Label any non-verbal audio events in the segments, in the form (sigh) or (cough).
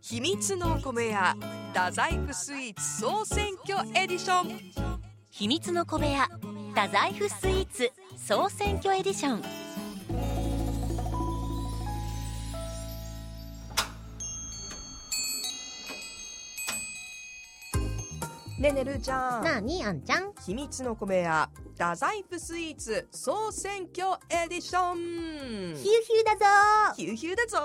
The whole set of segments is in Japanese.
秘密のお米屋太宰府スイーツ総選挙エディション秘密の小部屋太宰府スイーツ総選挙エディションねえねえるーちゃんなにあんちゃん秘密のお米屋太宰府スイーツ総選挙エディションヒューヒューだぞヒューヒューだぞ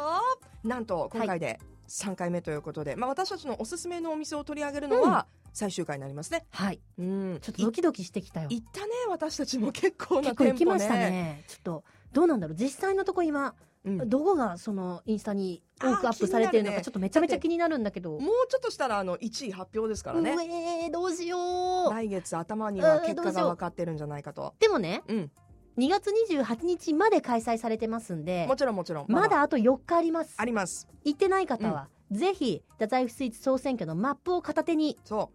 なんと今回で3回目ということで、まあ私たちのおすすめのお店を取り上げるのは最終回になりますね。はいうん、ちょっとドキドキしてきたよい行ったね私たちも結構な結店舗構ね。行きましたねちょっとどうなんだろう実際のとこ今、うんどこがそのインスタに多くあーアップされてる気になるのかねちょっとめちゃめちゃ気になるんだけどもうちょっとしたらあの1位発表ですからうね。えーどうしよう来月頭にはうん結ど果うしがよう分かってるんじゃないかと。でもねうん、 2月28日まで開催されてますんでもちろんもちろん。まだあと4日ありますあります。行ってない方は、ぜひ太宰府スイーツ総選挙のマップを片手にそ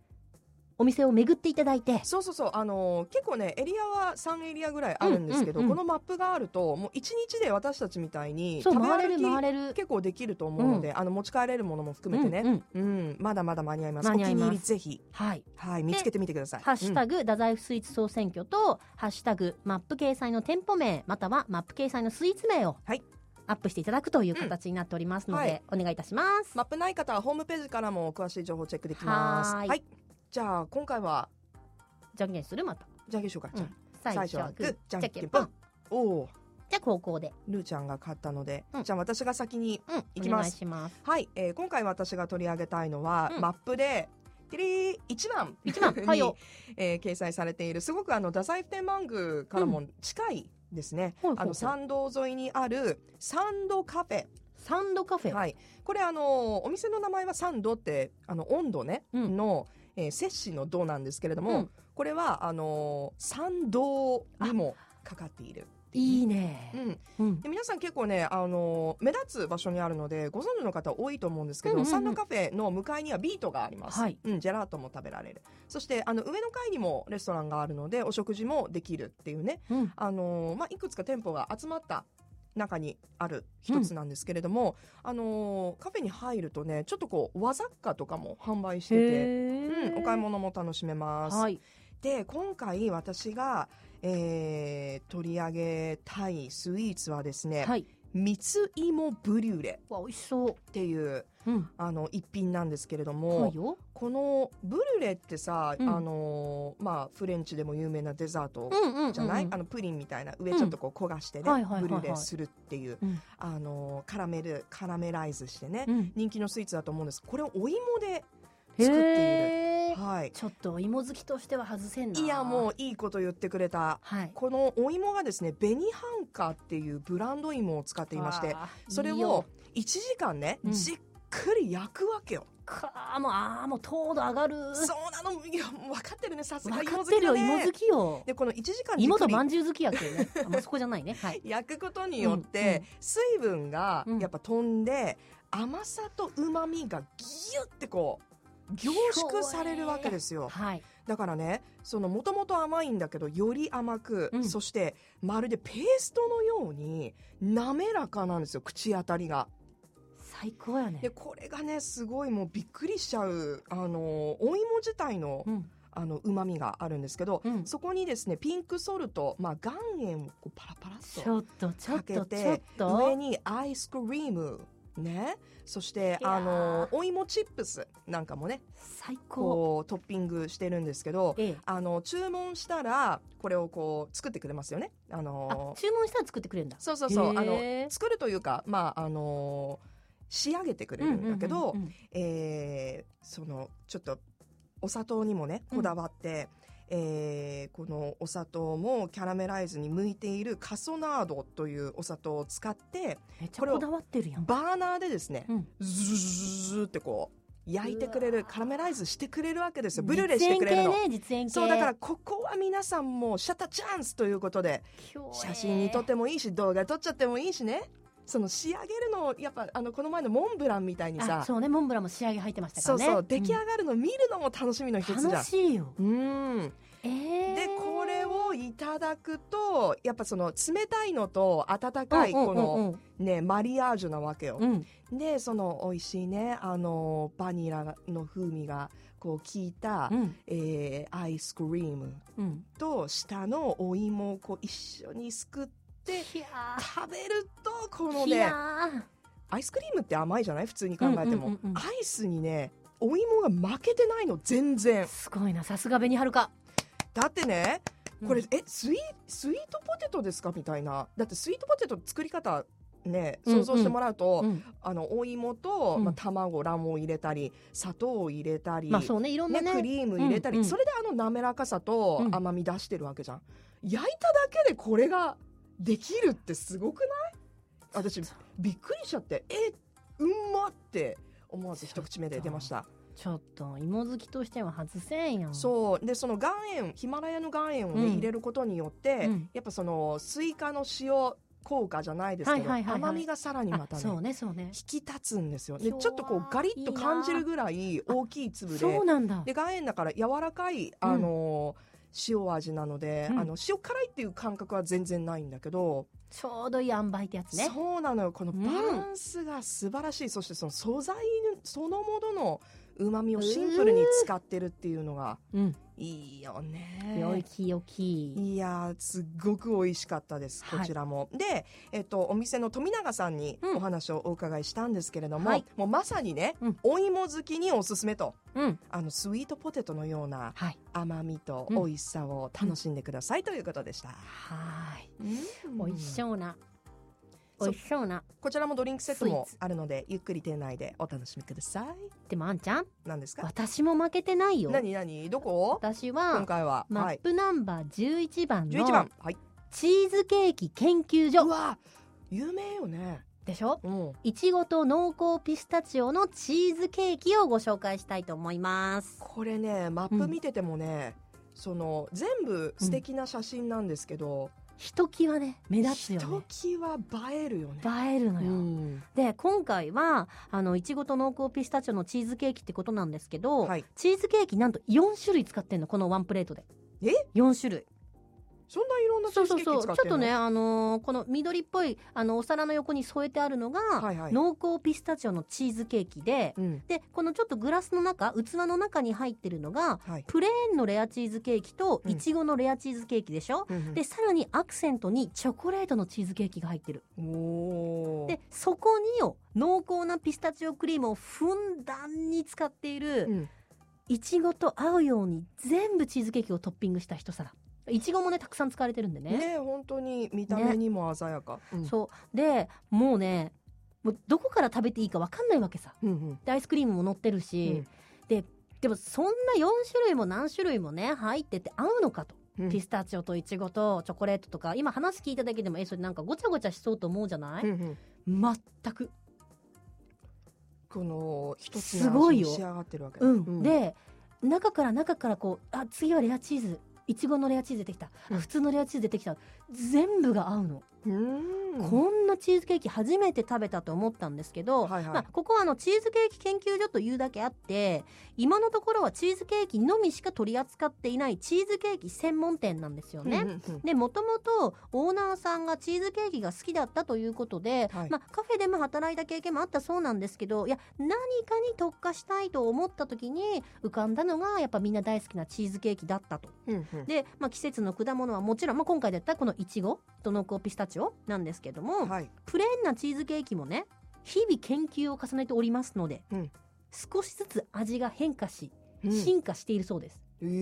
お店を巡っていただいてう、そうそうそうあのー結構ねエリアは3エリアぐらいあるんですけど、うんうんうんこのマップがあるともう1日で私たちみたいにそう食べ回れ歩る回きれる結構できると思うので、あの持ち帰れるものも含めてね。うんうんうん、まだまだ間に合います。間に合いますお気に入りぜひ、はいはい、見つけてみてください。ハッシュうんタグ、太宰府スイーツ総選挙と、ハッシュタグ、マップ掲載の店舗名、またはマップ掲載のスイーツ名を、はいアップしていただくという形になっておりますのうんはでい、お願いいたします。マップない方はホームページからも詳しい情報チェックできます。ははーいいじゃあ今回はじゃんけんするまた。じゃあ紹介、うん最最初初ははググーー、じじゃゃんけんんけんぽぽんん。おおじゃあ、高校で。ルーちゃんが勝ったので、うんじゃあ私が先にうん。いきますお願いします。はい、えー今回私が取り上げたいのは、うんマップでテリー1番一 (laughs) 番にはいよえー掲載されているすごくあの太宰府天満宮からも近いですね、ほいほいほいあの参道沿いにある参道カフェサンドカフェ。はい、これあのお店の名前はサンドってあの温度ね、うんの、えー、摂氏の度なんですけれども、うんこれはあの参道にもかかっている。いいうんね。うんで皆さん結構ね、あの目立つ場所にあるのでご存知の方多いと思うんですけど、うんうんうんサンドカフェの向かいにはビートがあります、はいうん、ジェラートも食べられるそしてあの上の階にもレストランがあるのでお食事もできるっていうねうん。あのーまあ、いくつか店舗が集まった中にある一つなんですけれども、あのーカフェに入るとねちょっとこう和雑貨とかも販売してて、うん、お買い物物も楽しめます。はい。で今回私が、えー取り上げたいスイーツはですね、はい。蜜芋ブリュレわ、美味しそうっ。ていううん。あの一品なんですけれども、はいよ。このブリュレってさ、うんあのーまあ、フレンチでも有名なデザートうんうんうん。じゃない、うんあのプリンみたいな上ちょっとこう焦がしてね、はいはいはいはブいルーレするっていう、うんあのーカラメルカラメライズしてね、うん。人気のスイーツだと思うんですこれをお芋でへ作っていーる、はい、ちょっと芋好きとしては外せんな。いやもう。ういいこと言ってくれたはい。このお芋がですね紅ハンカっていうブランド芋を使っていましてわあそれいいよを1時間ね、うんじっくり焼くわけよ、かあもうああもう糖度上がるそうなのいや分かってるねさす分が芋か好っきてるだよね芋好きよでこの1時間じっ芋くとりまんじゅう好きやけどねあまあそこじゃないね (laughs) はい焼くことによって水分がうんやっぱ飛んで甘さと旨味がギュってこう凝縮されるわけですよはいだからねそのもともと甘いんだけどより甘く、うんそしてまるでペーストのように滑らかなんですよ口当たりが最高やねでこれがねすごいもうびっくりしちゃうあのお芋自体のうんあの旨味があるんですけど、うんそこにですねピンクソルト、まあ、岩塩をこうパラパラっとちょっとちょっかとけちょって上とにアイスクリームねそしていやーあのお芋チップスなんかもね最高こうトッピングしてるんですけどええあの注文したらこれをこう作ってくれますよねああの注文したら作ってくれるんだそうそうそうあのへー作るというかまああの仕上げてくれるんだけど、うんうんうんえーそのちょっとお砂糖にもねこだわって、えーこのお砂糖もキャラメライズに向いているカソナードというお砂糖を使ってめっちゃこれをこだわってるやんバーナーでですね、うんズズズズってこう焼いてくれうるわーカラメライズしてくれるわけですよブルーレしてくれるの、実演系ね実演系そうだからここは皆さんもシャッターチャンスということで今日写真に撮っえてもいいし動画撮っちゃってもいいしねその仕上げるのをやっぱあのこの前のモンブランみたいにえさあそうねモンブランも仕上げ入ってましたかそらうねそう出来ん上がるの見るのも楽しみの一つじゃん楽しいようんええでこれをいただくとやっぱその冷たいのと温かいこのねマリアージュなわけよう。んうんうんうんでその美味しいねあのバニラの風味がこう効いた、うんえーアイスクリームうんと下のお芋をこう一緒にすくってひゃー食べるとこのひねゃーアイスクリームって甘いじゃない普通に考えても、うんうんうんうんアイスにねお芋が負けてないの全然すごいなさすが紅はるかだってねこれ、うんえスイスイートポテトですかみたいなだってスイートポテト作り方ねうんうん想像してもらうと、うんあのお芋と、うんまあ、卵卵を入れたり砂糖を入れたり、まあそうねいろんなねねクリーム入れたり、うんうんそれであの滑らかさとうん甘み出してるわけじゃん、焼いただけでこれができるってすごくない私そうびっくりしちゃってえうんまって思わず一口目で出ましたちょっと芋好きとしては外せんやんそうでその岩塩ヒマラヤの岩塩を、ねうん入れることによって、うんやっぱそのスイカの塩効果じゃないですけど、はいはいはいはい甘みがさらにまあたねそうねそうね引き立つんですよでうわーちょっとこうガリッと感じるぐらい大きい粒でそうなんだで岩塩だから柔らかい、あのー塩味なので、うんあの塩辛いっていう感覚は全然ないんだけど、ちょうどいい塩梅ってやつねそうなのよこのうんバランスが素晴らしい、そしてその素材そのもののうまみをシンプルに使ってるっていうのがうんいいよね。よきよきいやーすっごく美味しかったです、はいこちらも。で、えっと、お店の富永さんにうんお話をお伺いしたんですけれども、はいもうまさにね、うんお芋好きにおすすめとうんあのスイートポテトのようなはい甘みとうん美味しさを楽しんでくださいということでした。はーいうん美味しそうなそう美味しそうなこちらもドリンクセットもスイーツあるのでゆっくり店内でお楽しみください。でもあんちゃんなんですか私も負けてないよ何何どこ私今は回は、マはッいプナンバー11番11の番、はい、チーズケーキ研究う所わ有名よね。でしょうんいちごと濃厚ピスタチオのチーズケーキをご紹介したいと思いますこれねマップ見ててもね、その全部素敵な写真なんですけど、ひときわね目立つひよとねきわ映えるよね。映えるのうよ、んで今回はあのいちごと濃厚ピスタチオのチーズケーキってことなんですけど、はい、チーズケーキなんと4種類使ってんのこのワンプレートでえ4種類そんないろんなチそーうズそケうーそキうち使ょっってるのとね、あのーこの緑っぽいあのお皿の横に添えてあるのが、はいはい濃厚ピスタチオのチーズケーキで、うんでこのちょっとグラスの中器の中に入ってるのがはいプレーンのレアチーズケーキとうんいちごのレアチーズケーキでしょ、うんうんでさらにアクセントにチョコレートのチーズケーキが入ってるおーでそこによ濃厚なピスタチオクリームをふんだんに使っている、うんいちごと合うように全部チーズケーキをトッピングした一皿いちごもねたくさん使われてるんでねね本当に見た目にも鮮やか。うんそうでもうねもうどこから食べていいか分かんないわけさうんうんでアイスクリームも乗ってるし、ででもそんな4種類も何種類もね入ってて合うのかと、うんピスタチオとイチゴとチョコレートとか今話聞いただけでもえそれなんかごちゃごちゃしそうと思うじゃない、うんうん全くこの一つすのご味いによ仕上がってるわけだ。うん、うんで中から中からこうあ次はレアチーズいちごのレアチーズ出てきた、あうん普通のレアチーズ出てきた全部が合うの、うんこんなチーズケーキ初めて食べたと思ったんですけど、はいはいまあ、ここはあのチーズケーキ研究所というだけあって今のところはチーズケーキのみしか取り扱っていないチーズケーキ専門店なんですよね。うんうんうんでもともとオーナーさんがチーズケーキが好きだったということで、はいまあ、カフェでも働いた経験もあったそうなんですけどいや何かに特化したいと思った時に浮かんだのがやっぱみんな大好きなチーズケーキだったと。うんうんで、まあ、季節の果物はもちろん、まあ、今回だったらこのいちごと濃厚ピスタチオなんですけども、はいプレーンなチーズケーキもね日々研究を重ねておりますので、うん少しずつ味が変化しうん進化しているそうです、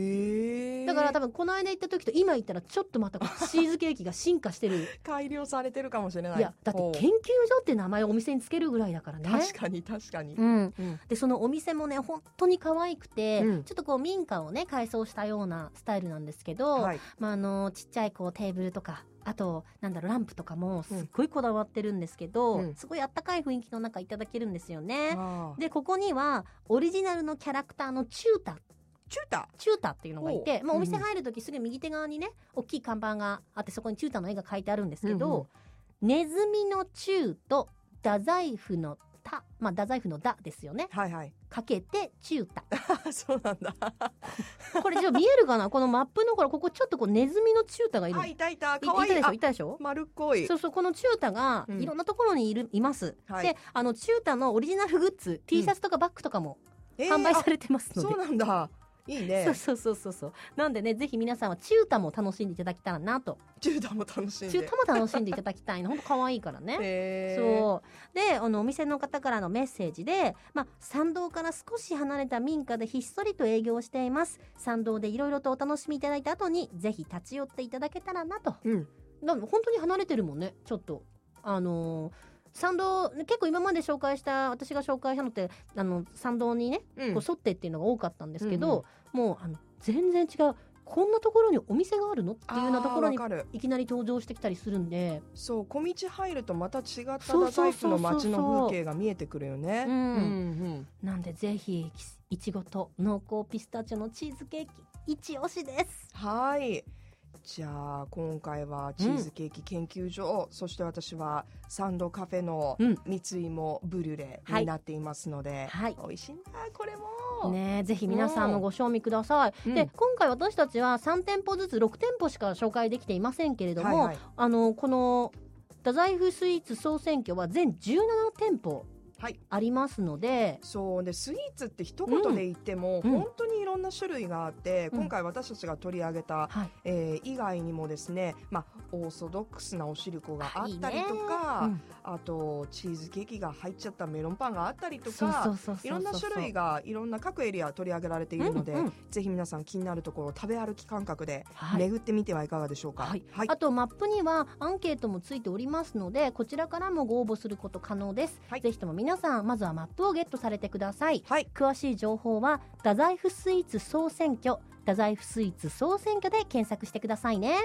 ええだから多分この間行った時と今行ったらちょっとまたこうチーズケーキが進化してる改良されてるかもしれない。いやだってほう研究所って名前をお店につけるぐらいだからね確かに確かに。うん、うんでそのお店もね本当に可愛くて、うんちょっとこう民家をね改装したようなスタイルなんですけど、はい。まあ、あのちっちゃいこうテーブルとかあとなんだろうランプとかもすっごいこだわってるんですけど、うんすごいあったかい雰囲気の中いただけるんですよね。あーでここにはオリジナルのキャラクターのチュータチュータチュータっていうのがいておうまあ、お店うん入る時すぐ右手側にね大きい看板があってそこにチュータの絵が書いてあるんですけうんど、ネズミのチューと太宰府のタ、まあ、太宰府のだですよね。はいはい。 (laughs) かけて、チュータ。あそうなんだ。これじゃあ見え (laughs) るかなこのマップのほら、ここちょっとこうネズミのチュータがいるの。あ、いいたいた。いかわいたい。でしあょいたでしょ丸っこい。そうそう、このチュータがうんいろんなところにいる、います。はいで、あの、チュータのオリジナルグッズ、T シャツとかバッグとかもえー販売されてますあので。そうなんだ。いいねそう。そうそうそうそう。なんでね、ぜひ皆さんはチュータも楽しんでいただけたらなと。チューダも楽しんで。チュータも楽しんでいただきたいの。ほんと可愛いからね。へーそうであのお店の方からのメッセージで、まあ、参道から少し離れた民家でひっそりと営業しています参道でいろいろとお楽しみいただいた後にぜひ立ち寄っていただけたらなとうん。だから本当に離れてるもんねちょっとあのー参道結構今まで紹介した私が紹介したのってあの参道にねうんこう沿ってっていうのが多かったんですうけんうんど、もうあの全然違うこんなところにお店があるのっていうようなところにあーわかるいきなり登場してきたりするんで。そう小道入るとまた違ったそうそ太宰うそうそう府の街の風景が見えてくるよね。うんうんなんでぜひきいちごと濃厚ピスタチオのチーズケーキ一押しです。はい。じゃあ今回はチーズケーキ研究所、そして私はサンドカフェのうん三つ芋ブリュレはいになっていますので、はい美味しいんだこれも。ねえぜひ皆さんもご賞味ください。うんで今回私たちは3店舗ずつ6店舗しか紹介できていませんけれども、はいはいあのこの太宰府スイーツ総選挙は全17店舗はいありますので、そうでスイーツって一言で言っても、うん本当にいろんな種類があって、うん今回私たちが取り上げた、はい、えー以外にもですね、まあ、オーソドックスなお汁粉があったりとうかんあとチーズケーキが入っちゃったメロンパンがあったりとそうそかうそうそうそういろんな種類がいろんな各エリア取り上げられているので、うんうんぜひ皆さん気になるところを食べ歩き感覚ではい巡ってみてはいかがでしょうか。はいはいあとマップにはアンケートもついておりますのでこちらからもご応募すること可能です、はいぜひとも皆さんまずはマップをゲットされてくださいはい詳しい情報は太宰府スイーツ総選挙太宰府スイーツ総選挙で検索してくださいね